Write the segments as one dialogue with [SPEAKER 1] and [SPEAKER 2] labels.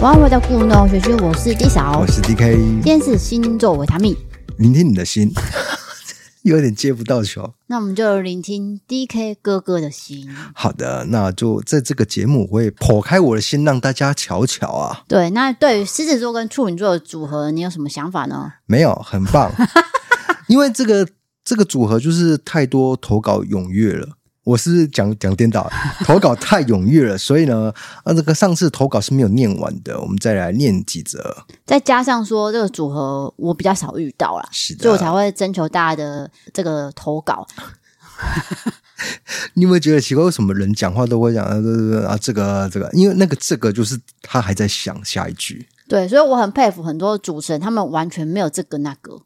[SPEAKER 1] 哇，我叫故弄玄虚，我是 D 小
[SPEAKER 2] 我，是 DK，
[SPEAKER 1] 今天是星座维他命，
[SPEAKER 2] 聆听你的心， 有点接不到球。
[SPEAKER 1] 那我们就聆听 DK 哥哥的心。
[SPEAKER 2] 好的，那就在这个节目，我也剖开我的心，让大家瞧瞧啊。
[SPEAKER 1] 对，那对于狮子座跟处女座的组合，你有什么想法呢？
[SPEAKER 2] 没有，很 棒，因为这个这个组合就是太多投稿踊跃了。我是不是讲讲颠倒了，投稿太踊跃了，所以呢，啊，这个上次投稿是没有念完的，我们再来念几则。
[SPEAKER 1] 再加上说这个组合我比较少遇到啦，
[SPEAKER 2] 是的
[SPEAKER 1] 所以我才会征求大家的这个投稿。
[SPEAKER 2] 你有没有觉得奇怪？为什么人讲话都会讲啊啊这个这个？因为那个这个就是他还在想下一句，
[SPEAKER 1] 对，所以我很佩服很多主持人，他们完全没有这个那 个，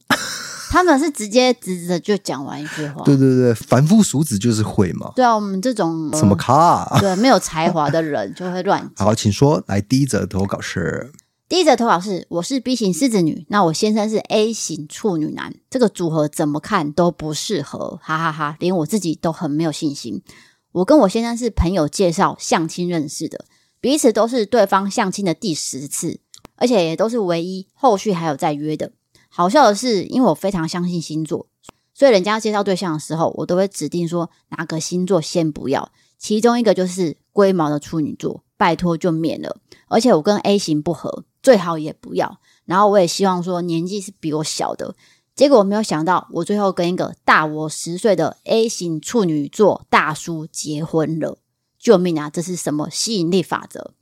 [SPEAKER 1] 他们是直接直直的就讲完一句话。
[SPEAKER 2] 对对对，凡夫俗子就是会嘛，
[SPEAKER 1] 对啊，我们这种、呃
[SPEAKER 2] 什么卡、啊？
[SPEAKER 1] 对没有才华的人就会乱讲
[SPEAKER 2] 好，请说。来，第一则投稿是
[SPEAKER 1] 第一则投稿是：我是 B 型狮子女，那我先生是 A 型处女男，这个组合怎么看都不适合，哈哈哈连我自己都很没有信心。我跟我先生是朋友介绍相亲认识的，彼此都是对方相亲的第十次，而且也都是唯一，后续还有再约的。好笑的是，因为我非常相信星座，所以人家介绍对象的时候，我都会指定说哪个星座先不要，其中一个就是龟毛的处女座，拜托就免了。而且我跟 A 型不合，最好也不要。然后我也希望说年纪是比我小的，结果我没有想到，我最后跟一个大我十岁的 A 型处女座大叔结婚了。救命啊！这是什么吸引力法则？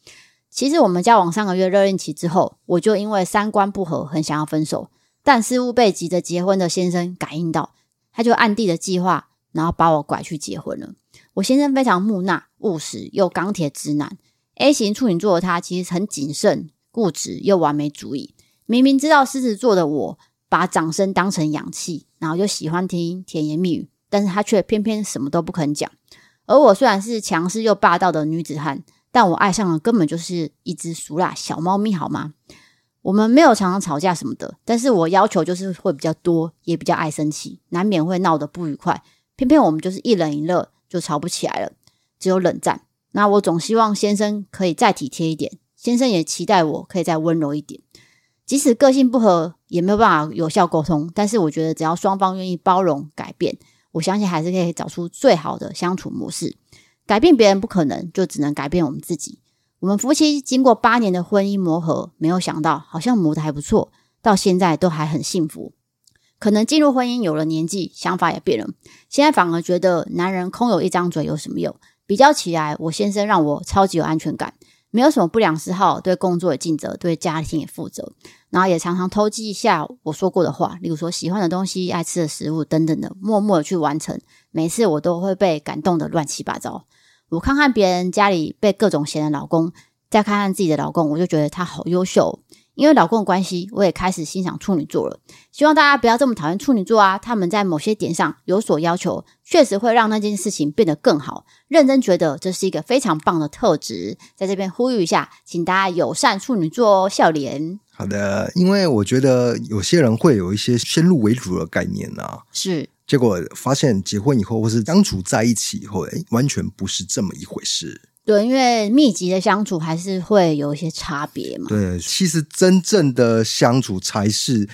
[SPEAKER 1] 其实我们交往上个月热恋期之后，我就因为三观不合，很想要分手，但似乎被急着结婚的先生感应到，他就暗地的计划，然后把我拐去结婚了。我先生非常木讷、务实又钢铁直男，A 型处女座的他其实很谨慎、固执又完美主义。明明知道狮子座的我把掌声当成氧气，然后就喜欢听甜言蜜语，但是他却偏偏什么都不肯讲。而我虽然是强势又霸道的女子汉，但我爱上了根本就是一只俗辣小猫咪，好吗？我们没有常常吵架什么的，但是我要求就是会比较多，也比较爱生气，难免会闹得不愉快。偏偏我们就是一冷一热就吵不起来了，只有冷战。那我总希望先生可以再体贴一点，先生也期待我可以再温柔一点。即使个性不合，也没有办法有效沟通，但是我觉得只要双方愿意包容改变，我相信还是可以找出最好的相处模式。改变别人不可能，就只能改变我们自己。我们夫妻经过八年的婚姻磨合，没有想到好像磨得还不错，到现在都还很幸福。可能进入婚姻有了年纪，想法也变了，现在反而觉得男人空有一张嘴有什么用？比较起来，我先生让我超级有安全感，没有什么不良嗜好，对工作也尽责，对家庭也负责，然后也常常偷记一下我说过的话，例如说喜欢的东西、爱吃的食物等等的，默默的去完成。每次我都会被感动的乱七八糟。我看看别人家里被各种嫌的老公，再看看自己的老公，我就觉得他好优秀哦、因为老公的关系，我也开始欣赏处女座了。希望大家不要这么讨厌处女座啊！他们在某些点上有所要求，确实会让那件事情变得更好。认真觉得这是一个非常棒的特质，在这边呼吁一下，请大家友善处女座哦，笑脸
[SPEAKER 2] 好的，因为我觉得有些人会有一些先入为主的概念啊，
[SPEAKER 1] 是
[SPEAKER 2] 结果发现结婚以后或是相处在一起以后，哎，完全不是这么一回事。
[SPEAKER 1] 对，因为密集的相处还是会有一些差别嘛。
[SPEAKER 2] 对，其实真正的相处才是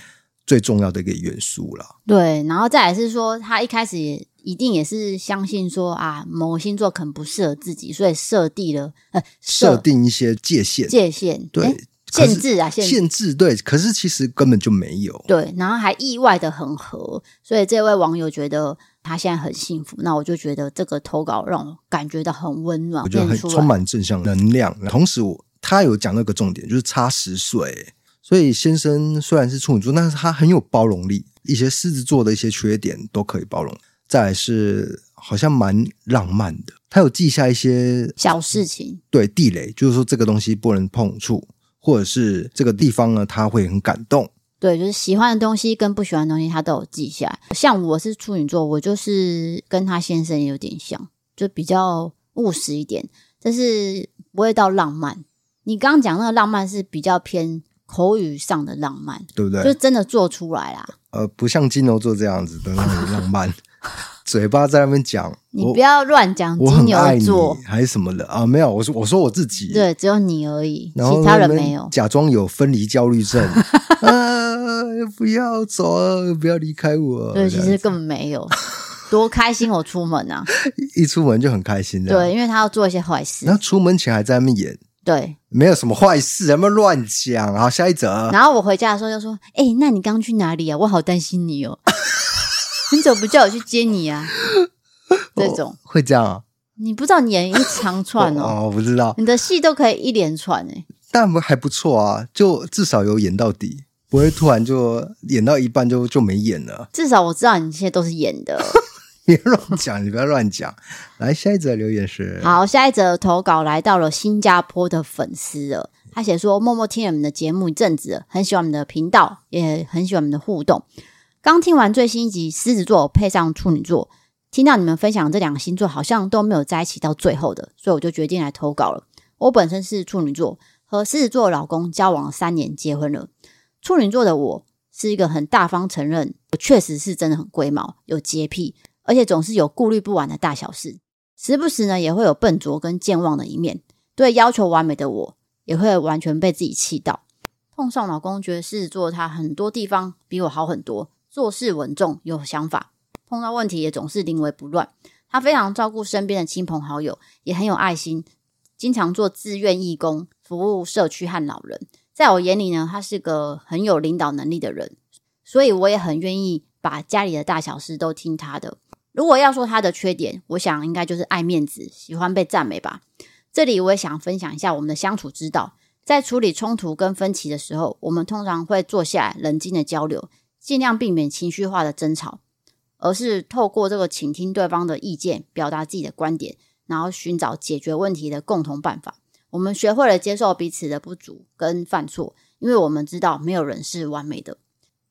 [SPEAKER 2] 最重要的一个元素啦。
[SPEAKER 1] 对，然后再来是说，他一开始也一定也是相信说啊，某星座可能不适合自己，所以设定了呃
[SPEAKER 2] 设定一些界限，
[SPEAKER 1] 界限，诶
[SPEAKER 2] 对，可
[SPEAKER 1] 限
[SPEAKER 2] 是
[SPEAKER 1] 制啊，限制。
[SPEAKER 2] 限制，对，可是其实根本就没有。
[SPEAKER 1] 对，然后还意外的很合，所以这位网友觉得他现在很幸福。那我就觉得这个投稿让我感觉到很温暖，
[SPEAKER 2] 我觉得
[SPEAKER 1] 变
[SPEAKER 2] 很
[SPEAKER 1] 出
[SPEAKER 2] 充
[SPEAKER 1] 来
[SPEAKER 2] 满正向能量。同时我，他有讲到一个重点，就是差十岁。所以先生虽然是处女座，但是他很有包容力，一些狮子座的一些缺点都可以包容。再来是好像蛮浪漫的，他有记下一些
[SPEAKER 1] 小
[SPEAKER 2] 嗯
[SPEAKER 1] 事情。
[SPEAKER 2] 对地雷，就是说这个东西不能碰触，或者是这个地方呢，他会很感动。
[SPEAKER 1] 对，就是喜欢的东西跟不喜欢的东西，他都有记下来。像我是处女座，我就是跟他先生也有点像，就比较务实一点，但是不会到浪漫。你刚刚讲那个浪漫是比较偏口语上的浪漫，
[SPEAKER 2] 对不对？
[SPEAKER 1] 就真的做出来啦。
[SPEAKER 2] 呃，不像金牛座这样子的那种浪漫， 嘴巴在那边讲，
[SPEAKER 1] 你
[SPEAKER 2] 我
[SPEAKER 1] 不要乱讲
[SPEAKER 2] 我
[SPEAKER 1] 金
[SPEAKER 2] 很
[SPEAKER 1] 牛
[SPEAKER 2] 爱你
[SPEAKER 1] 座，
[SPEAKER 2] 还是什么的啊？没有，我说我说我自己，，
[SPEAKER 1] 对，只有你而已，
[SPEAKER 2] 然后
[SPEAKER 1] 其他人
[SPEAKER 2] 那边
[SPEAKER 1] 没有。
[SPEAKER 2] 假装有分离焦 虑症，啊，不要走啊，不要离开我，
[SPEAKER 1] 对，其
[SPEAKER 2] 这样
[SPEAKER 1] 实根本没有，多开心我出门 啊！
[SPEAKER 2] 一出门就很开心的，
[SPEAKER 1] 对，，因为他要做一些坏事
[SPEAKER 2] 然，后出门前还啊在那边演。
[SPEAKER 1] 对。
[SPEAKER 2] 没有什么坏事，有没有乱讲？好，下一则。
[SPEAKER 1] 然后我回家的时候就说：“哎、那你刚去哪里啊？我好担心你哦， 你怎么不叫我去接你啊？”这种
[SPEAKER 2] 会这样啊？
[SPEAKER 1] 你不知道你演一长串哦，
[SPEAKER 2] 哦，我不知道，
[SPEAKER 1] 你的戏都可以一连串哎、
[SPEAKER 2] 但还不错啊，就至少有演到底，不会突然就演到一半就就没演了。
[SPEAKER 1] 至少我知道你现在都是演的。
[SPEAKER 2] 别乱讲，你不要乱讲。来，下一则留言是，
[SPEAKER 1] 好，下一则投稿来到了新加坡的粉丝了。他写说：“默默听了你们的节目一阵子了，很喜欢你们的频道，也很喜欢你们的互动。刚听完最新一集狮子座配上处女座，听到你们分享这两个星座好像都没有在一起到最后的，所以我就决定来投稿了。我本身是处女座，和狮子座的老公交往了三年，结婚了。处女座的我是一个很大方承认，我确实是真的很龟毛，有洁癖，而且总是有顾虑不完的大小事。时不时呢也会有笨拙跟健忘的一面。对要求完美的我，也会完全被自己气到。碰上老公，觉得狮子座他很多地方比我好很多，做事稳重有想法，碰到问题也总是临危不乱。他非常照顾身边的亲朋好友，也很有爱心，经常做志愿义工，服务社区和老人。在我眼里呢，他是个很有领导能力的人，所以我也很愿意把家里的大小事都听他的。如果要说他的缺点，我想应该就是爱面子，喜欢被赞美吧。这里我也想分享一下我们的相处之道。在处理冲突跟分歧的时候，我们通常会坐下来冷静的交流，尽量避免情绪化的争吵，而是透过这个倾听对方的意见，表达自己的观点，然后寻找解决问题的共同办法。我们学会了接受彼此的不足跟犯错，因为我们知道没有人是完美的。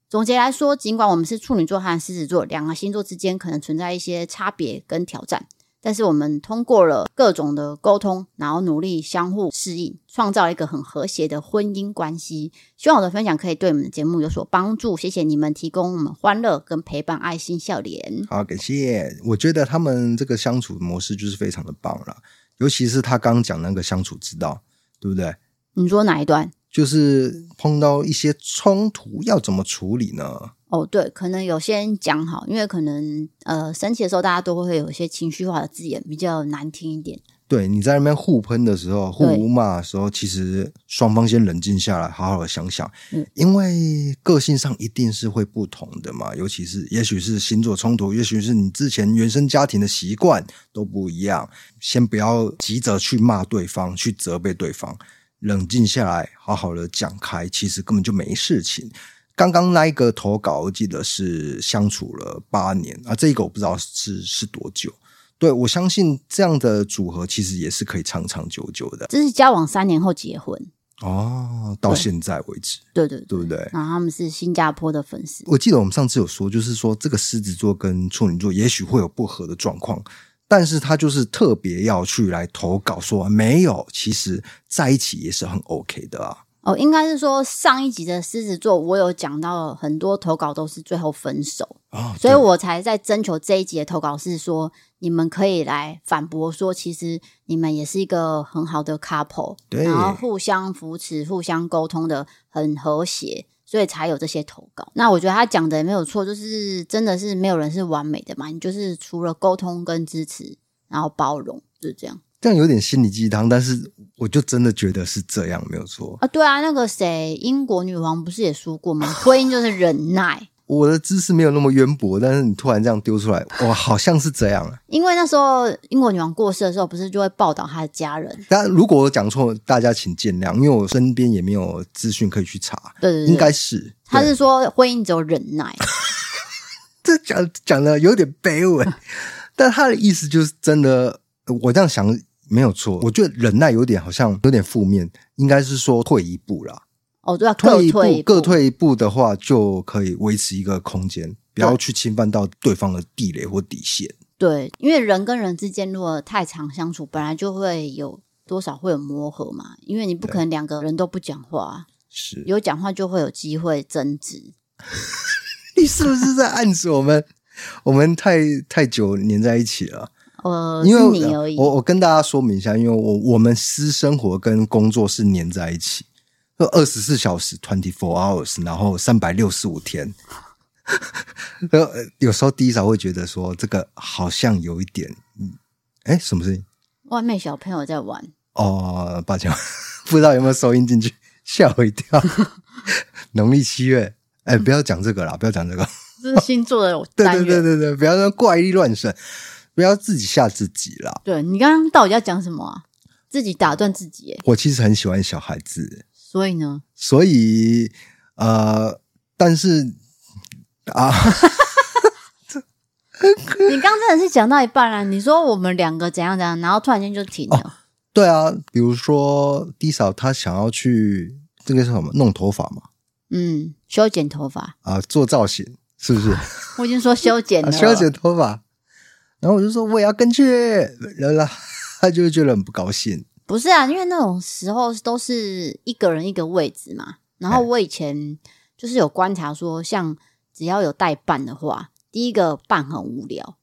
[SPEAKER 1] 总结来说，尽管我们是处女座和狮子座两个星座之间可能存在一些差别跟挑战，但是我们通过了各种的沟通，然后努力相互适应，创造一个很和谐的婚姻关系。希望我的分享可以对我们的节目有所帮助，谢谢你们提供我们欢乐跟陪伴、爱心、笑脸。
[SPEAKER 2] 好，感谢。我觉得他们这个相处模式就是非常的棒了，尤其是他刚讲那个相处之道，对不对？
[SPEAKER 1] 你说哪一段？
[SPEAKER 2] 就是碰到一些冲突要怎么处理呢？
[SPEAKER 1] 哦，对，可能有些人讲好，因为可能呃生气的时候，大家都会有一些情绪化的字眼，比较难听一点。
[SPEAKER 2] 对，你在那边互喷的时候、
[SPEAKER 1] 对
[SPEAKER 2] 互骂的时候，其实双方先冷静下来，好好的想想，
[SPEAKER 1] 嗯
[SPEAKER 2] 因为个性上一定是会不同的嘛，尤其是也许是星座冲突，也许是你之前原生家庭的习惯都不一样，先不要急着去骂对方，去责备对方，冷静下来，好好的讲开，其实根本就没事情。刚刚那一个投稿，我记得是相处了八年啊，这一个我不知道是是多久。对，我相信这样的组合其实也是可以长长久久的
[SPEAKER 1] 这是交往三年后结婚，
[SPEAKER 2] 哦，到
[SPEAKER 1] 对
[SPEAKER 2] 现在为止，
[SPEAKER 1] 对对对。
[SPEAKER 2] 对不对？
[SPEAKER 1] 然后他们是新加坡的粉丝，
[SPEAKER 2] 我记得我们上次有说，就是说这个狮子座跟处女座也许会有不合的状况，但是他就是特别要去来投稿说哎没有，其实在一起也是很 OK 的啊。
[SPEAKER 1] 哦，应该是说上一集的狮子座，我有讲到很多投稿都是最后分手，
[SPEAKER 2] 哦，
[SPEAKER 1] 所以
[SPEAKER 2] 对
[SPEAKER 1] 我才在征求这一集的投稿是说，你们可以来反驳说，其实你们也是一个很好的 couple，
[SPEAKER 2] 对
[SPEAKER 1] 然后互相扶持、互相沟通的很和谐，所以才有这些投稿。那我觉得他讲的也没有错，就是真的是没有人是完美的嘛，你就是除了沟通跟支持，然后包容，就是这样
[SPEAKER 2] 这样有点心理鸡汤，但是我就真的觉得是这样，没有错。
[SPEAKER 1] 啊。对啊，那个谁，英国女王不是也说过吗？婚姻就是忍耐。
[SPEAKER 2] 我的知识没有那么渊博，但是你突然这样丢出来，哇，好像是这样啊。
[SPEAKER 1] 因为那时候英国女王过世的时候，不是就会报道她的家人？
[SPEAKER 2] 但如果我讲错，大家请见谅，因为我身边也没有资讯可以去查，
[SPEAKER 1] 对对对，
[SPEAKER 2] 应该是。
[SPEAKER 1] 他
[SPEAKER 2] 对
[SPEAKER 1] 是说婚姻只有忍耐，
[SPEAKER 2] 这讲讲的有点卑微， 但他的意思就是真的，我这样想没有错。我觉得忍耐有点好像有点负面，应该是说退一步啦，
[SPEAKER 1] 哦，对啊，各
[SPEAKER 2] 退一
[SPEAKER 1] 退一
[SPEAKER 2] 各退一步的话，就可以维持一个空间，不要去侵犯到对方的地雷或底线。
[SPEAKER 1] 对，因为人跟人之间如果太常相处，本来就会有多少会有磨合嘛，因为你不可能两个人都不讲话啊，
[SPEAKER 2] 是，
[SPEAKER 1] 有讲话就会有机会争执。
[SPEAKER 2] 你是不是在暗示我们？ 我们太太久黏在一起了，
[SPEAKER 1] 呃，
[SPEAKER 2] 因为
[SPEAKER 1] 是
[SPEAKER 2] 我
[SPEAKER 1] 你而已，
[SPEAKER 2] 我我跟大家说明一下，因为我我们私生活跟工作是黏在一起，就二十四小时 （twenty four hours），然后三百六十五天。 呃，有时候第一少会觉得说这个好像有一点，嗯，哎，什么事情？
[SPEAKER 1] 外面小朋友在玩，
[SPEAKER 2] 哦，抱歉， 不知道有没有收音进去，吓我一跳。 农历七月，哎，不要讲这个啦，不要讲这个。
[SPEAKER 1] 这是星座的
[SPEAKER 2] 对
[SPEAKER 1] 单
[SPEAKER 2] 对
[SPEAKER 1] 元。
[SPEAKER 2] 对对对，不要那么怪力乱神，不要自己吓自己啦。
[SPEAKER 1] 对你刚刚到底要讲什么啊？自己打断自己耶，
[SPEAKER 2] 我其实很喜欢小孩子，
[SPEAKER 1] 所以呢，
[SPEAKER 2] 所以呃，但是啊，
[SPEAKER 1] 你刚真的是讲到一半啊，你说我们两个怎样怎样，然后突然间就停了。
[SPEAKER 2] 对啊，比如说 D 嫂她想要去这个是什么弄头发嘛，
[SPEAKER 1] 嗯，修剪头发，
[SPEAKER 2] 啊、做造型是 不是？
[SPEAKER 1] 我已经说修剪
[SPEAKER 2] 啊
[SPEAKER 1] 了，
[SPEAKER 2] 修剪头发，然后我就说我也要跟去，然后她就会觉得很不高兴。
[SPEAKER 1] 不是啊，因为那种时候都是一个人一个位置嘛。然后
[SPEAKER 2] 哎
[SPEAKER 1] 我以前就是有观察说，像只要有代办的话，第一个办很无聊。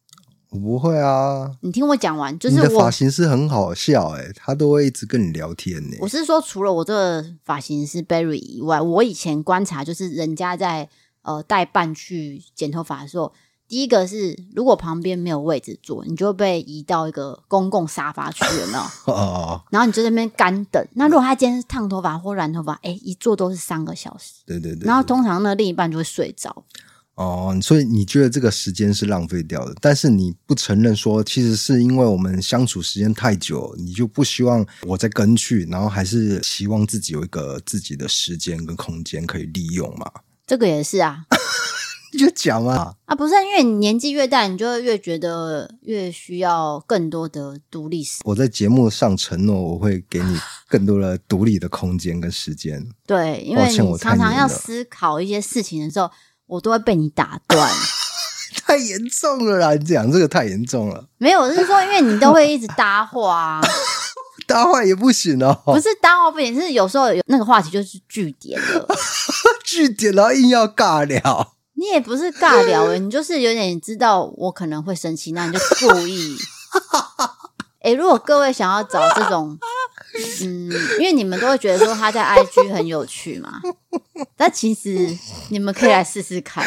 [SPEAKER 2] 我不会啊，
[SPEAKER 1] 你听我讲完，就是
[SPEAKER 2] 你的
[SPEAKER 1] 我
[SPEAKER 2] 发型师很好笑哎、欸，他都会一直跟你聊天欸呢、
[SPEAKER 1] 我是说，除了我这个发型师 Barry 以外，我以前观察就是人家在呃代办去剪头发的时候，第一个是如果旁边没有位置坐，你就会被移到一个公共沙发去，有没 有？
[SPEAKER 2] 哦，
[SPEAKER 1] 然后你就在那边干等。那如果他今天是烫头发或染头发，哎，一坐都是三个小时。
[SPEAKER 2] 对对对，
[SPEAKER 1] 然后通常呢，另一半就会睡着。
[SPEAKER 2] 哦，所以你觉得这个时间是浪费掉的，但是你不承认说，其实是因为我们相处时间太久，你就不希望我在跟去，然后还是希望自己有一个自己的时间跟空间可以利用嘛？
[SPEAKER 1] 这个也是啊，
[SPEAKER 2] 你就讲嘛，
[SPEAKER 1] 啊，不是啊因为你年纪越大，你就会越觉得越需要更多的独立时。
[SPEAKER 2] 我在节目上承诺我会给你更多的独立的空间跟时间，
[SPEAKER 1] 对，因
[SPEAKER 2] 抱
[SPEAKER 1] 为
[SPEAKER 2] 歉
[SPEAKER 1] 你
[SPEAKER 2] 我太
[SPEAKER 1] 常常
[SPEAKER 2] 黏
[SPEAKER 1] 要
[SPEAKER 2] 了
[SPEAKER 1] 思考一些事情的时候，我都会被你打断。
[SPEAKER 2] 太严重了啦！你讲这个太严重了，
[SPEAKER 1] 没有，我是说，因为你都会一直搭话、啊，
[SPEAKER 2] 搭话也不行
[SPEAKER 1] 不
[SPEAKER 2] 哦，
[SPEAKER 1] 是搭话不仅是有时候有那个话题就是据点了，
[SPEAKER 2] 据点然后硬要尬聊，
[SPEAKER 1] 你也不是尬聊、欸，你就是有点知道我可能会生气，那你就故意。哎、如果各位想要找这种，嗯，因为你们都会觉得说他在 IG 很有趣嘛，但其实你们可以来试试看。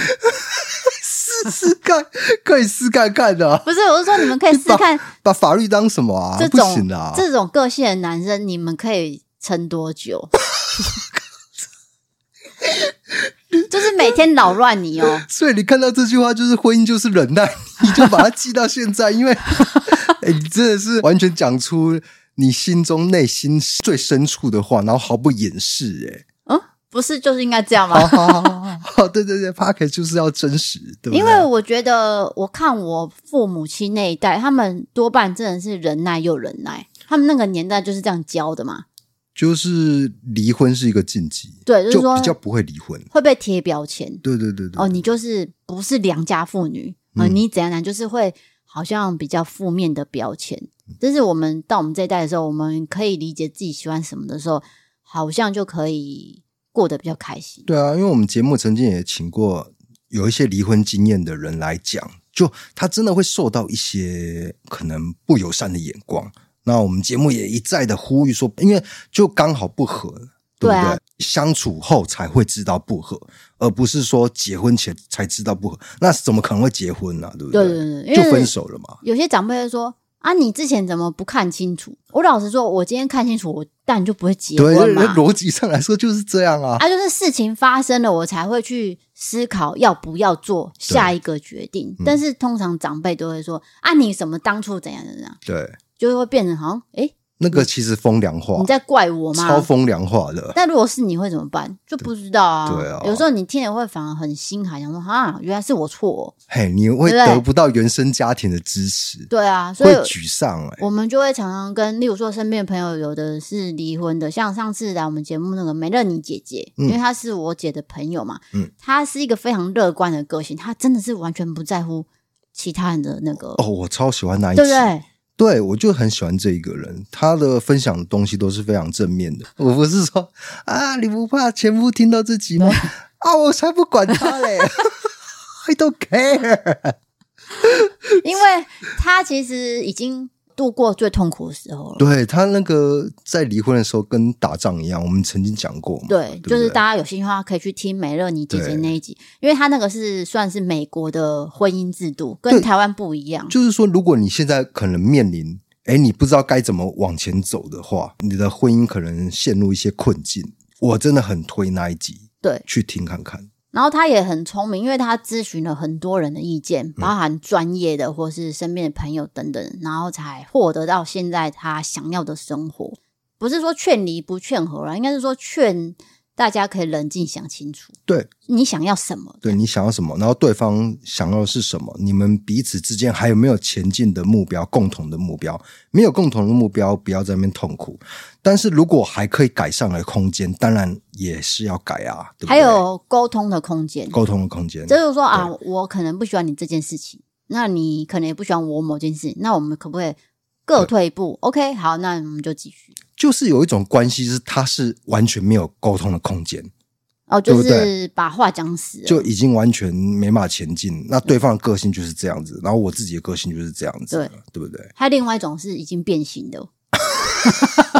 [SPEAKER 2] 试试看，可以试看看的、
[SPEAKER 1] 不是，我是说你们可以试试看
[SPEAKER 2] 把法律当什么啊？
[SPEAKER 1] 这
[SPEAKER 2] 不
[SPEAKER 1] 种、
[SPEAKER 2] 行的、啊，
[SPEAKER 1] 这种个性的男生，你们可以撑多 久？就是每天扰乱你哦。
[SPEAKER 2] 所以你看到这句话，就是婚姻就是忍耐，你就把它记到现在，因为、 哎，你真的是完全讲出你心中内心最深处的话，然后毫不掩饰、
[SPEAKER 1] 嗯，不是，就是应该这样吗？
[SPEAKER 2] 哎，好好好好好，对对对 p a c k e 就是要真实，对不对？
[SPEAKER 1] 因为我觉得，我看我父母亲那一代，他们多半真的是忍耐又忍耐，他们那个年代就是这样教的嘛。
[SPEAKER 2] 就是离婚是一个禁忌，
[SPEAKER 1] 对，就是
[SPEAKER 2] 就
[SPEAKER 1] 说
[SPEAKER 2] 比较不会离婚。
[SPEAKER 1] 会被贴标签
[SPEAKER 2] 对对对对，
[SPEAKER 1] 哦，你就是不是良家妇女啊、呃
[SPEAKER 2] 嗯
[SPEAKER 1] 你怎样呢？就是会好像比较负面的标签。
[SPEAKER 2] 嗯
[SPEAKER 1] 但是我们到我们这一代的时候，我们可以理解自己喜欢什么的时候，好像就可以过得比较开心。
[SPEAKER 2] 对啊，因为我们节目曾经也请过有一些离婚经验的人来讲，就他真的会受到一些可能不友善的眼光。那我们节目也一再的呼吁说，因为就刚好不合，对不
[SPEAKER 1] 对啊
[SPEAKER 2] 相处后才会知道不合，而不是说结婚前才知道不合，那怎么可能会结婚呢、对不
[SPEAKER 1] 对对对，因
[SPEAKER 2] 就
[SPEAKER 1] 为
[SPEAKER 2] 分手了嘛。
[SPEAKER 1] 有些长辈会说啊，你之前怎么不看清楚？我老实说，我今天看清楚，我当然就不会结
[SPEAKER 2] 对，
[SPEAKER 1] 婚
[SPEAKER 2] 那
[SPEAKER 1] 嘛。
[SPEAKER 2] 逻辑上来说就是这样啊。
[SPEAKER 1] 啊，就是事情发生了，我才会去思考要不要做下一个决定。
[SPEAKER 2] 嗯
[SPEAKER 1] 但是通常长辈都会说啊，你什么当初怎样怎样，
[SPEAKER 2] 对，
[SPEAKER 1] 就会变成好像诶，
[SPEAKER 2] 那个其实风凉话
[SPEAKER 1] 你，在怪我
[SPEAKER 2] 超
[SPEAKER 1] 吗？
[SPEAKER 2] 风凉话的。
[SPEAKER 1] 但如果是你会怎么办？就不知道啊。
[SPEAKER 2] 对啊
[SPEAKER 1] 有时候你听了会反而很心寒，想说啊，原来是我错哦、
[SPEAKER 2] 嘿，你会
[SPEAKER 1] 对不对
[SPEAKER 2] 得不到原生家庭的支持，
[SPEAKER 1] 对啊，所
[SPEAKER 2] 会
[SPEAKER 1] 以
[SPEAKER 2] 沮丧哎、
[SPEAKER 1] 我们就会常常跟，例如说身边的朋友，有的是离婚的，像上次来我们节目那个梅乐妮姐姐，
[SPEAKER 2] 嗯
[SPEAKER 1] 因为她是我姐的朋友嘛，
[SPEAKER 2] 嗯，
[SPEAKER 1] 她是一个非常乐观的个性，她真的是完全不在乎其他人的那个，
[SPEAKER 2] 哦，我超喜欢那一集，
[SPEAKER 1] 对不对？
[SPEAKER 2] 对，我就很喜欢这一个人，他的分享的东西都是非常正 面的。我不是说啊，你不怕前夫听到这集吗？啊，我才不管 他嘞，I don't care。
[SPEAKER 1] 因为她其实已经度过最痛苦的时候了。
[SPEAKER 2] 对他那个在离婚的时候跟打仗一样，我们曾经讲过嘛。
[SPEAKER 1] 对，
[SPEAKER 2] 不
[SPEAKER 1] 就是大家有兴趣的话，可以去听梅乐妮姐姐
[SPEAKER 2] 对
[SPEAKER 1] 那一集，因为她那个是算是美国的婚姻制度，
[SPEAKER 2] 对
[SPEAKER 1] 跟台湾不一样。
[SPEAKER 2] 就是说，如果你现在可能面临，哎，你不知道该怎么往前走的话，你的婚姻可能陷入一些困境。我真的很推那一集
[SPEAKER 1] 对，
[SPEAKER 2] 去听看看。
[SPEAKER 1] 然后他也很聪明，因为他咨询了很多人的意见，
[SPEAKER 2] 嗯
[SPEAKER 1] 包含专业的或是身边的朋友等等，然后才获得到现在他想要的生活。不是说劝离不劝和啦，应该是说劝大家可以冷静想清楚，
[SPEAKER 2] 对，
[SPEAKER 1] 你想要什么。
[SPEAKER 2] 对你想要什么，然后对方想要的是什么，你们彼此之间还有没有前进的目标、共同的目标？没有共同的目标，不要在那边痛苦。但是如果还可以改善的空间，当然也是要改啊，对不对？
[SPEAKER 1] 还有沟通的空间，
[SPEAKER 2] 沟通的空间，
[SPEAKER 1] 这就是说啊，我可能不喜欢你这件事情，那你可能也不喜欢我某件事，那我们可不可以各退一步？OK，好，那我们就继续。
[SPEAKER 2] 就是有一种关系是它是完全没有沟通的空间，
[SPEAKER 1] 哦，就
[SPEAKER 2] 对不
[SPEAKER 1] 是把话讲死了，
[SPEAKER 2] 就已经完全没办法前进。那对方的个性就是这样子，然后我自己的个性就是这样子，
[SPEAKER 1] 对
[SPEAKER 2] 对不对？
[SPEAKER 1] 还有另外一种是已经变形的，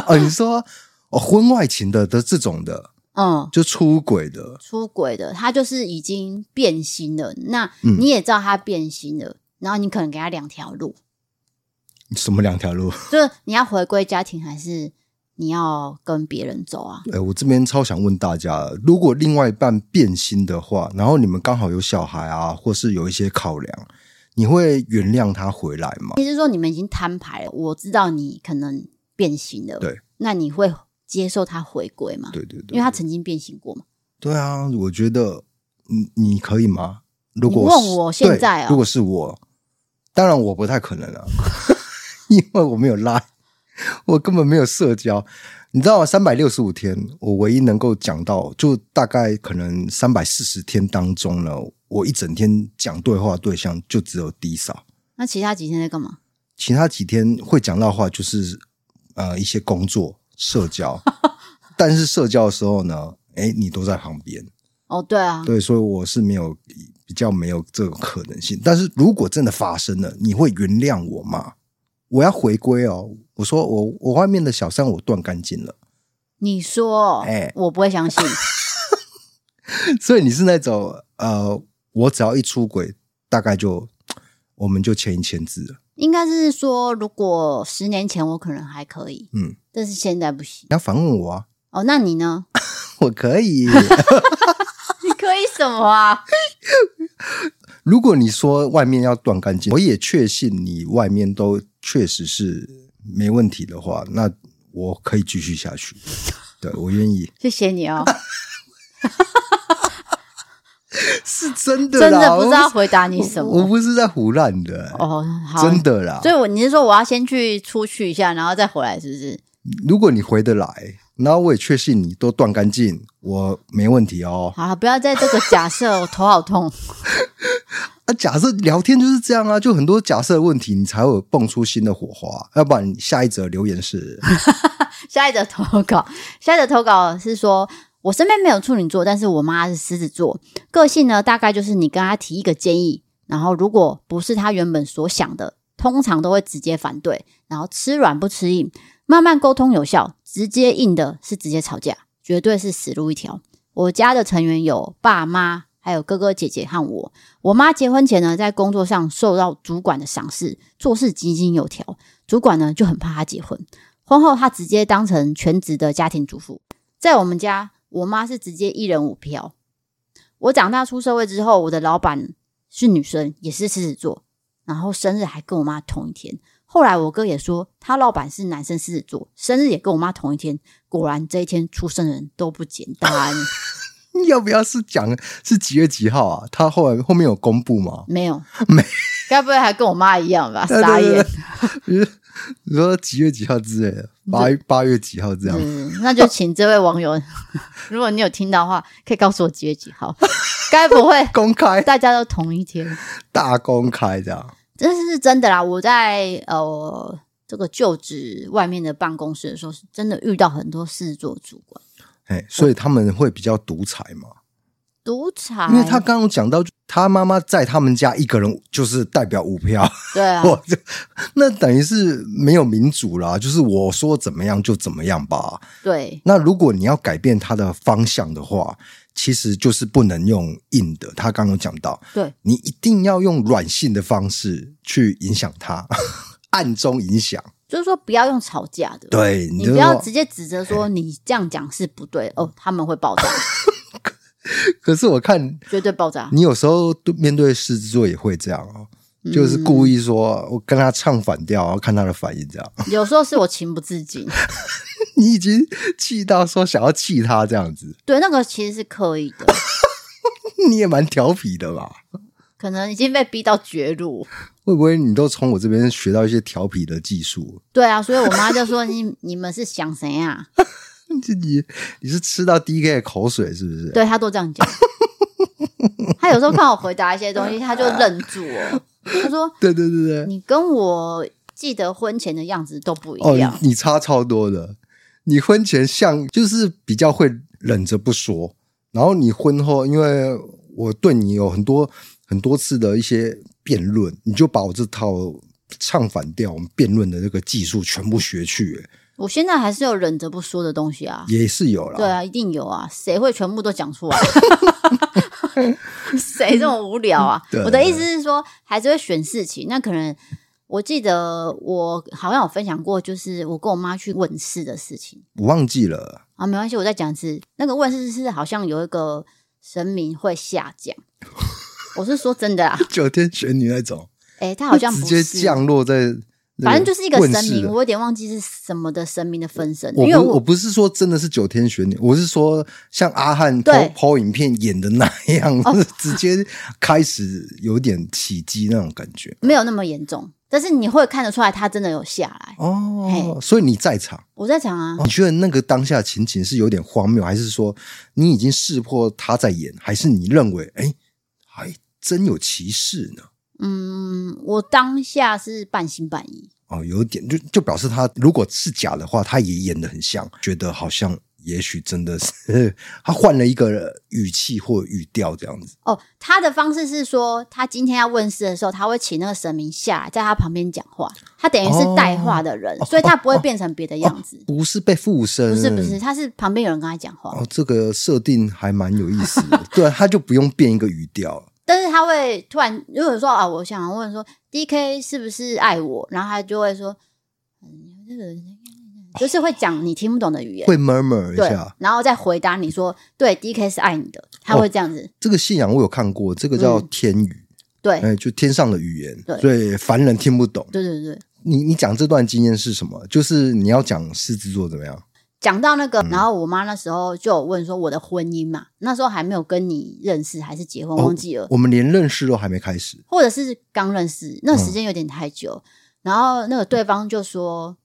[SPEAKER 2] 哦，你说哦，婚外情的的这种的，
[SPEAKER 1] 嗯，
[SPEAKER 2] 就出轨的，
[SPEAKER 1] 出轨的，他就是已经变心了。那
[SPEAKER 2] 嗯
[SPEAKER 1] 你也知道他变心了，然后你可能给他两条路，
[SPEAKER 2] 什么两条路？
[SPEAKER 1] 就是你要回归家庭，还是你要跟别人走啊？
[SPEAKER 2] 哎，我这边超想问大家，如果另外一半变心的话，然后你们刚好有小孩啊，或是有一些考量，你会原谅他回来吗？
[SPEAKER 1] 其实说你们已经摊牌了，我知道你可能变心了，
[SPEAKER 2] 对，
[SPEAKER 1] 那你会接受他回归吗？
[SPEAKER 2] 对对
[SPEAKER 1] 因
[SPEAKER 2] 对
[SPEAKER 1] 为，他曾经变心过嘛。
[SPEAKER 2] 对啊，我觉得你你可以吗？如果
[SPEAKER 1] 你问
[SPEAKER 2] 是
[SPEAKER 1] 我现在啊
[SPEAKER 2] 对如果是我，当然我不太可能啊， 因为我没有拉，我根本没有社交。你知道吗？三百六十五天，我唯一能够讲到，就大概可能三百四十天当中呢，我一整天讲对话的对象就只有 D 嫂。
[SPEAKER 1] 那其他几天在干嘛？
[SPEAKER 2] 其他几天会讲到话，就是呃一些工作、社交，但是社交的时候呢，哎，你都在旁边，
[SPEAKER 1] 哦，对啊，
[SPEAKER 2] 对，所以我是没有比较没有这种可能性。但是如果真的发生了，你会原谅我吗？我要回归哦，我说我我外面的小三我断干净了，
[SPEAKER 1] 你说，
[SPEAKER 2] 哎
[SPEAKER 1] 我不会相 信。
[SPEAKER 2] 所以你是那种呃，我只要一出轨，大概就我们就签一签字了，
[SPEAKER 1] 应该是说，如果十年前我可能还可以，
[SPEAKER 2] 嗯，
[SPEAKER 1] 但是现在不行
[SPEAKER 2] 你。要反问我啊，
[SPEAKER 1] 哦，那你呢？
[SPEAKER 2] 我可以。
[SPEAKER 1] 你可以什么啊？
[SPEAKER 2] 如果你说外面要断干净，我也确信你外面都确实是没问题的话，那我可以继续下去。对我愿意，
[SPEAKER 1] 谢谢你 哦，
[SPEAKER 2] 是真的啦，
[SPEAKER 1] 真的不知道
[SPEAKER 2] 我
[SPEAKER 1] 回答你
[SPEAKER 2] 我
[SPEAKER 1] 什
[SPEAKER 2] 我
[SPEAKER 1] 么。
[SPEAKER 2] 不是在胡乱的、
[SPEAKER 1] 哦，好，
[SPEAKER 2] 真。的啊啦
[SPEAKER 1] 所。以我你是说我要先去出去一下，然后再回来，是不是？
[SPEAKER 2] 如果你回得来，然后我也确信你都断干净，我没问题哦。
[SPEAKER 1] 好，不要再这个假设，我头好痛。
[SPEAKER 2] 啊，假设聊天就是这样啊，就很多假设问题，你才会有蹦出新的火花。要不然下一则留言是，
[SPEAKER 1] 下一则投稿，下一则投稿是说，我身边没有处女座，但是我妈是狮子座，个性呢大概就是你跟她提一个建议，然后如果不是她原本所想的，通常都会直接反对，然后吃软不吃硬，慢慢沟通有效，直接硬的是直接吵架。绝对是死路一条。我家的成员有爸妈，还有哥哥姐姐和我。我妈结婚前呢，在工作上受到主管的赏识，做事井井有条，主管呢就很怕她结婚。婚后，她直接当成全职的家庭主妇。在我们家，我妈是直接一人五票。我长大出社会之后，我的老板是女生，也是狮子座，然后生日还跟我妈同一天。后来我哥也说，他老板是男生狮子座，生日也跟我妈同一天。果然这一天出生的人都不简单。
[SPEAKER 2] 要不要是讲是几月几号啊？他后来后面有公布吗？
[SPEAKER 1] 没有，
[SPEAKER 2] 没，
[SPEAKER 1] 该不会还跟我妈一样吧？
[SPEAKER 2] 对
[SPEAKER 1] 傻
[SPEAKER 2] 对对
[SPEAKER 1] 眼，
[SPEAKER 2] 比如你说几月几号之类的，八月八月几号这样？
[SPEAKER 1] 嗯，那就请这位网友， 如果你有听到的话，可以告诉我几月几 号。该不会
[SPEAKER 2] 公开
[SPEAKER 1] 大家都同一天？
[SPEAKER 2] 大公开这样，
[SPEAKER 1] 这是真的啦！我在呃这个就职外面的办公室的时候，是真的遇到很多事做主管
[SPEAKER 2] 哎，所以他们会比较独裁嘛？
[SPEAKER 1] 独裁，
[SPEAKER 2] 因为他刚刚讲到，他妈妈在他们家一个人就是代表五票，
[SPEAKER 1] 对啊，
[SPEAKER 2] 我就 那等于是没有民主啦，就是我说怎么样就怎么样吧。
[SPEAKER 1] 对
[SPEAKER 2] 那如果你要改变它的方向的话，其实就是不能用硬的。他刚刚有讲到，
[SPEAKER 1] 对
[SPEAKER 2] 你一定要用软性的方式去影响他， 暗中影响。
[SPEAKER 1] 就是说不要用吵架的，
[SPEAKER 2] 对，你
[SPEAKER 1] 你
[SPEAKER 2] 就
[SPEAKER 1] 不要
[SPEAKER 2] 说哎
[SPEAKER 1] 直接指责说你这样讲是不对哦，他们会爆炸，
[SPEAKER 2] 可是我看
[SPEAKER 1] 绝对爆炸。
[SPEAKER 2] 你有时候对面对狮子座也会这样哦，就是
[SPEAKER 1] 嗯
[SPEAKER 2] 故意说我跟他唱反调，然后看他的反应这样。
[SPEAKER 1] 有时候是我情不自禁，
[SPEAKER 2] 你已经气到说想要气他这样子，
[SPEAKER 1] 对那个其实是刻意的，
[SPEAKER 2] 你也蛮调皮的吧？
[SPEAKER 1] 可能已经被逼到绝路。
[SPEAKER 2] 会不会你都从我这边学到一些调皮的技术？
[SPEAKER 1] 对啊，所以我妈就说你你们是想谁啊？
[SPEAKER 2] 这你你是吃到 D K 的口水是不是？
[SPEAKER 1] 对她都这样讲。她有时候看我回答一些东西，她就愣住哦。她说
[SPEAKER 2] 对对对对
[SPEAKER 1] 你跟我记得婚前的样子都不一样。
[SPEAKER 2] 哦，你你差超多的。你婚前像就是比较会忍着不说，然后你婚后，因为我对你有很多很多次的一些辩论，你就把我这套唱反调、我们辩论的这个技术全部学去，欸
[SPEAKER 1] 我现在还是有忍着不说的东西啊。
[SPEAKER 2] 也是有啦。
[SPEAKER 1] 对啊，一定有啊，谁会全部都讲出来？ 谁这么无聊啊
[SPEAKER 2] 对？
[SPEAKER 1] 我的意思是说，还是会选事情。那可能我记得我好像有分享过，就是我跟我妈去问世的事情
[SPEAKER 2] 我忘记了，
[SPEAKER 1] 啊，没关系，我再讲一次。那个问世是好像有一个神明会下 降，我是说真的啊，
[SPEAKER 2] 九天玄女那种，
[SPEAKER 1] 诶、他 好像
[SPEAKER 2] 直
[SPEAKER 1] 不
[SPEAKER 2] 接
[SPEAKER 1] 是，
[SPEAKER 2] 降落在那
[SPEAKER 1] 反正就是一个
[SPEAKER 2] 问
[SPEAKER 1] 神
[SPEAKER 2] 世
[SPEAKER 1] 明，
[SPEAKER 2] 的
[SPEAKER 1] 我有点忘记是什么的神明的分身，
[SPEAKER 2] 我
[SPEAKER 1] 因为
[SPEAKER 2] 不我
[SPEAKER 1] 我
[SPEAKER 2] 不是说真的是九天玄女，我是说像阿汉
[SPEAKER 1] 对哦
[SPEAKER 2] 抛抛影片演的那样， 直接开始有点起鸡那种感觉
[SPEAKER 1] 没有那么严重，但是你会看得出来他真的有下来。
[SPEAKER 2] 哦。所以你在场，
[SPEAKER 1] 我在想啊，
[SPEAKER 2] 你觉得那个当下情景是有点荒谬，还是说你已经识破他在演，还是你认为哎还真有其事呢？
[SPEAKER 1] 嗯，我当下是半信半疑，
[SPEAKER 2] 哦，有点就就表示他如果是假的话，他也演的很像，觉得好像也许真的是他换了一个语气或语调这样子。
[SPEAKER 1] 哦，他的方式是说，他今天要问世的时候，他会请那个神明下来，在他旁边讲话，他等于是带话的人，
[SPEAKER 2] 哦
[SPEAKER 1] 所以他不会变成别的样子。
[SPEAKER 2] 不是被附身，
[SPEAKER 1] 不是不是，。他是旁边有人跟他讲话，
[SPEAKER 2] 嗯哦，这个设定还蛮有意思的，对啊，他就不用变一个语调了。
[SPEAKER 1] 但是他会突然，如果说啊，我想问说，D K 是不是爱我？然后他就会说，嗯，这个人就是会讲你听不懂的语言，
[SPEAKER 2] 会 murmur 一
[SPEAKER 1] 对
[SPEAKER 2] 下，，
[SPEAKER 1] 然后再回答你说，对，D K 是爱你的，他会这样子，
[SPEAKER 2] 这个信仰我有看过，这个叫
[SPEAKER 1] 嗯
[SPEAKER 2] 天语，
[SPEAKER 1] 对，
[SPEAKER 2] 哎、就天上的语
[SPEAKER 1] 对
[SPEAKER 2] 言，所以凡人听不懂。
[SPEAKER 1] 对对对。
[SPEAKER 2] 你你讲这段经验是什么？就是你要讲狮子座怎么样？
[SPEAKER 1] 讲到那个，
[SPEAKER 2] 嗯
[SPEAKER 1] 然后我妈那时候就有问说我的婚姻嘛，那时候还没有跟你认识还是结婚，
[SPEAKER 2] 哦
[SPEAKER 1] 忘记了，
[SPEAKER 2] 我们连认识都还没开始，
[SPEAKER 1] 或者是刚认识，那时间有点太久。然后那个对方就说，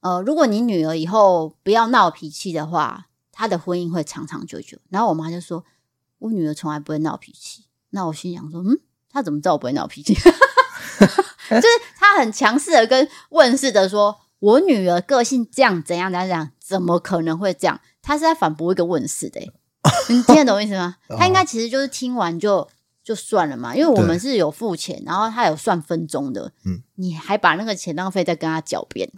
[SPEAKER 1] 呃，如果你女儿以后不要闹脾气的话，她的婚姻会长长久久。然后我妈就说，我女儿从来不会闹脾气。那我心想说，嗯，她怎么知道我不会闹脾气？ 就是她很强势的跟问世的说，我女儿个性这样怎样怎样怎样，怎么可能会这样？她是在反驳一个问世的、欸，你听得懂我意思吗？她应该其实就是听完就就算了嘛，因为我们是有付钱，然后她有算分钟的，
[SPEAKER 2] 嗯啊
[SPEAKER 1] 你还把那个钱浪费在跟她狡辩，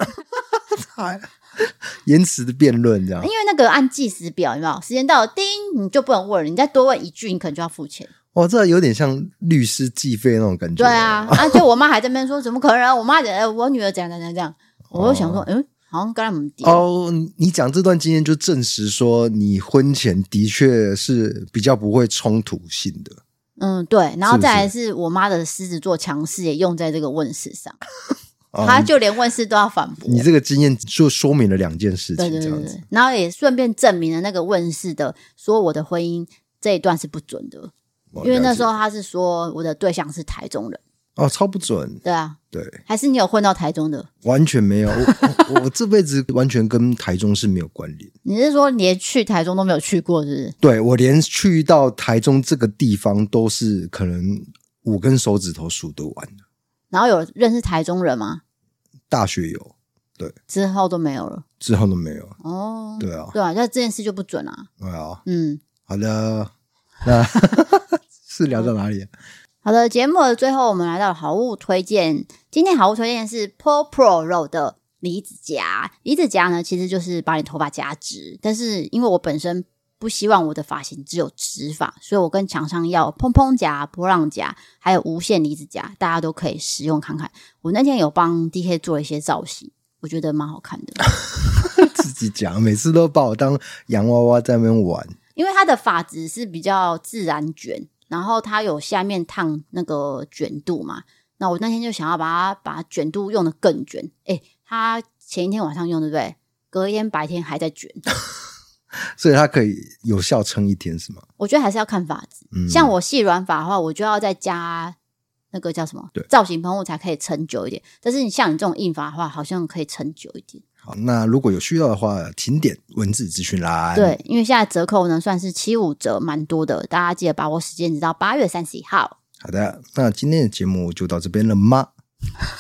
[SPEAKER 2] 还 延迟的辩论这样
[SPEAKER 1] 因。为那个按计时表，有没有时间到了，叮，你就不能问了，你再多问一句，你可能就要付钱。
[SPEAKER 2] 哇，哦这有点像律师计费那种感觉。
[SPEAKER 1] 对啊，，啊，就我妈还在那边说，怎么可能？我妈讲，哎我女儿怎样怎样怎样。我就想说，嗯，好像跟他们低。
[SPEAKER 2] 哦，你你讲这段经验就证实说，你婚前的确是比较不会冲突性的。
[SPEAKER 1] 嗯，对，然
[SPEAKER 2] 是
[SPEAKER 1] 后
[SPEAKER 2] 不
[SPEAKER 1] 再
[SPEAKER 2] 是
[SPEAKER 1] 来是我妈的狮子座强势也用在这个问世上，
[SPEAKER 2] 哦
[SPEAKER 1] 她就连问世都要反驳。
[SPEAKER 2] 你这个经验就说明了两件事
[SPEAKER 1] 对
[SPEAKER 2] 情，
[SPEAKER 1] 对
[SPEAKER 2] 这
[SPEAKER 1] 对
[SPEAKER 2] 样
[SPEAKER 1] 对
[SPEAKER 2] 子
[SPEAKER 1] 对，然后也顺便证明了那个问世的说我的婚姻这一段是不准的，
[SPEAKER 2] 哦
[SPEAKER 1] 因为那时
[SPEAKER 2] 了
[SPEAKER 1] 候他是说我的对象是台中人，
[SPEAKER 2] 解哦，超不准，
[SPEAKER 1] 对啊，
[SPEAKER 2] 对，
[SPEAKER 1] 还是你有混到台中的？
[SPEAKER 2] 完全没有。我我我这辈子完全跟台中是没有关联。
[SPEAKER 1] 你是说连去台中都没有去过，是不是？
[SPEAKER 2] 对我连去到台中这个地方都是可能五根手指头数得完的。
[SPEAKER 1] 然后有认识台中人吗？
[SPEAKER 2] 大学有，
[SPEAKER 1] 之后都没有了。
[SPEAKER 2] 之后都没有。
[SPEAKER 1] 哦，
[SPEAKER 2] 对啊，
[SPEAKER 1] 对啊，那这件事就不准啊。
[SPEAKER 2] 对啊。
[SPEAKER 1] 嗯，
[SPEAKER 2] 好的， 那是聊到哪 里？
[SPEAKER 1] 好的，节目的最后，我们来到好物推荐。今天好物推荐是 Pro Pro Row 的离子夹。离子夹呢，其实就是把你头发夹直，但是因为我本身不希望我的发型只有直发，所以我跟厂商要蓬蓬夹、波浪夹，还有无线离子夹，大家都可以使用看看。我那天有帮 D K 做一些造型，我觉得蛮好看的，
[SPEAKER 2] 自己讲，每次都把我当洋娃娃在那边玩。
[SPEAKER 1] 因为它的发质是比较自然卷，然后它有下面烫那个卷度嘛。那我那天就想要把它把卷度用的更卷，诶，它前一天晚上用对不对？隔一天白天还在卷，
[SPEAKER 2] 所以它可以有效撑一天，是吗？
[SPEAKER 1] 我觉得还是要看发质。
[SPEAKER 2] 嗯，
[SPEAKER 1] 像我细软发的话，我就要再加那个叫什么
[SPEAKER 2] 对
[SPEAKER 1] 造型喷雾才可以撑久一点。但是你像你这种硬发的话，好像可以撑久一点。
[SPEAKER 2] 好，那如果有需要的话，请点文字资讯栏。，
[SPEAKER 1] 对，因为现在折扣呢算是七五折，蛮多的，大家记得把握时间，直到八月三十一号。
[SPEAKER 2] 好的，那今天的节目就到这边了吗？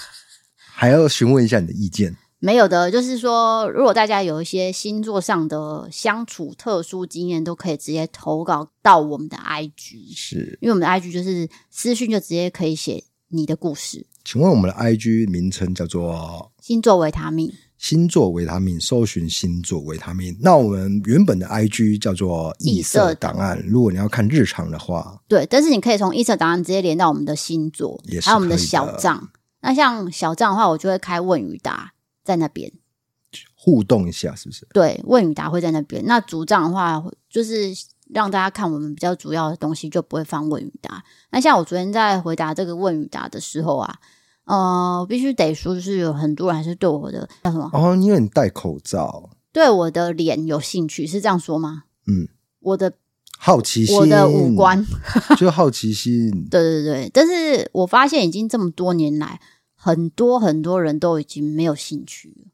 [SPEAKER 2] 还要询问一下你的意见。
[SPEAKER 1] 没有的，就是说，如果大家有一些星座上的相处特殊经验，都可以直接投稿到我们的 IG，
[SPEAKER 2] 是，
[SPEAKER 1] 因为我们的 IG 就是私讯就直接可以写你的故事。
[SPEAKER 2] 请问我们的 IG 名称叫做
[SPEAKER 1] 星座维他命，
[SPEAKER 2] 星座维他命，搜寻星座维他命。那我们原本的 IG 叫做异色档案。如果你要看日常的话，
[SPEAKER 1] 对，但是你可以从一测档案直接连到我们的星座
[SPEAKER 2] 也，是
[SPEAKER 1] 还有我们的
[SPEAKER 2] 可以的
[SPEAKER 1] 小账。那像小账的话，我就会开问与答在那边，
[SPEAKER 2] 互动一下是不是？
[SPEAKER 1] 对，问与答会在那边。那主账的话，就是让大家看我们比较主要的东西，就不会放问与答。那像我昨天在回答这个问与答的时候啊，呃，我必须得说，就是有很多人还是对我的叫什么，
[SPEAKER 2] 哦，因为你戴口罩，
[SPEAKER 1] 对我的脸有兴趣，是这样说吗？
[SPEAKER 2] 嗯，
[SPEAKER 1] 我的
[SPEAKER 2] 好奇心，
[SPEAKER 1] 我的五官，
[SPEAKER 2] 就好奇心。
[SPEAKER 1] 对对对。但是我发现已经这么多年来，很多很多人都已经没有兴趣了，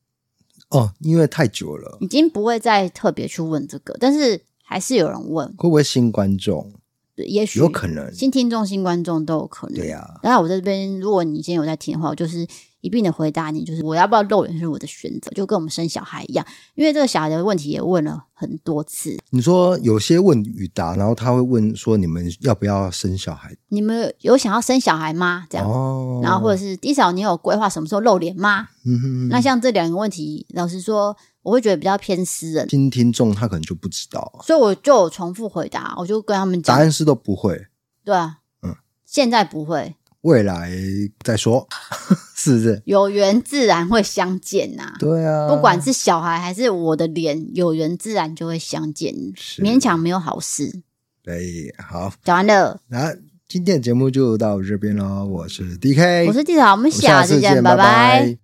[SPEAKER 2] 哦，因为太久了，
[SPEAKER 1] 已经不会再特别去问这个，但是还是有人问，
[SPEAKER 2] 会不会新观众？
[SPEAKER 1] 对也许
[SPEAKER 2] 有可能，
[SPEAKER 1] 新听众、新观众都有可能。
[SPEAKER 2] 对呀、
[SPEAKER 1] 当然，我这边如果你今天有在听的话，我就是一并的回答你，就是我要不要露脸是我的选择，就跟我们生小孩一样，因为这个小孩的问题也问了很多次。
[SPEAKER 2] 你说有些问与答，然后他会问说你们要不要生小孩？
[SPEAKER 1] 你们有想要生小孩吗？这样，
[SPEAKER 2] 哦，
[SPEAKER 1] 啊然后或者是低嫂，你有规划什么时候露脸吗？
[SPEAKER 2] 嗯哼哼
[SPEAKER 1] 那像这两个问题，老实说，我会觉得比较偏私人，
[SPEAKER 2] 新听众他可能就不知道，
[SPEAKER 1] 所以我就有重复回答，我就跟他们
[SPEAKER 2] 答
[SPEAKER 1] 讲，
[SPEAKER 2] 案是都不会，
[SPEAKER 1] 对啊，
[SPEAKER 2] 嗯，
[SPEAKER 1] 现在不会，
[SPEAKER 2] 未来再说， 是不是？
[SPEAKER 1] 有缘自然会相见呐、
[SPEAKER 2] 对啊，
[SPEAKER 1] 不管是小孩还是我的脸，有缘自然就会相见，
[SPEAKER 2] 是
[SPEAKER 1] 勉强没有好事。
[SPEAKER 2] 对，好，
[SPEAKER 1] 讲完了，
[SPEAKER 2] 那今天的节目就到这边喽。我是 DK，
[SPEAKER 1] 我是地草，我们
[SPEAKER 2] 哎我们下
[SPEAKER 1] 下
[SPEAKER 2] 次
[SPEAKER 1] 次
[SPEAKER 2] 见，
[SPEAKER 1] 见，拜
[SPEAKER 2] 拜拜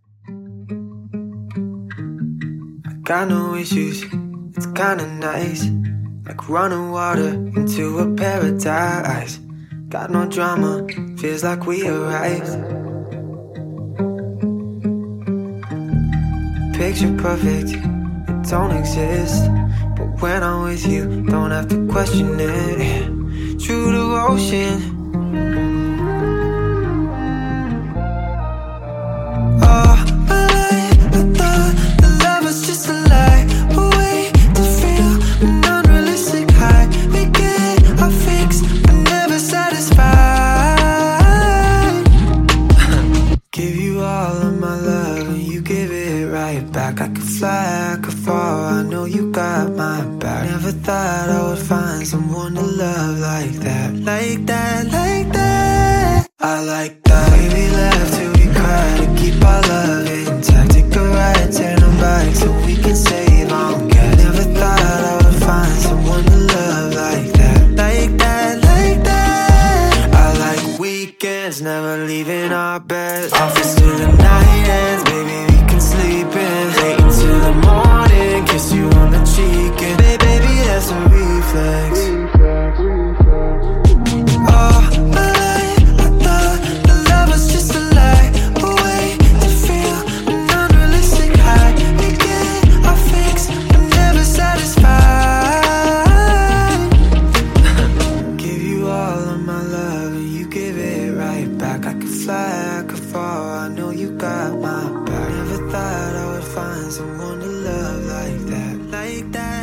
[SPEAKER 3] Got no issues, it's kinda nice. Like running water into a paradise. Got no drama, feels like we arrived. Picture perfect, it don't exist. But when I'm with you, don't have to question it. True to ocean. All my life, Oh, I thought that love was just a lie, a way to feel an unrealistic high. We get our fix, but never satisfied. Give you all of my love, and you give it right. try it back. I could fly, I could fall. I know you got my back. Never thought I would find someone to love like that, like that, like that. I like that. Baby, laugh till we cry to keep our love intact. Take a ride, turn them back so we can save on gas. Never thought I would find someone to love like that, like that, like that. I like weekends, never leaving our bed. Office till the night ends, baby, we can sleep in. Late into the morning, kiss you on the cheek, and ba- baby, that's a reflex. All my life, I thought the love was just a lie, a way to feel an unrealistic high. We get our fix, but never satisfied. Give you all of my love and you give it right back. I could fly, I could fall. I know you got my back. Never thought I would find someone to love like that, like that,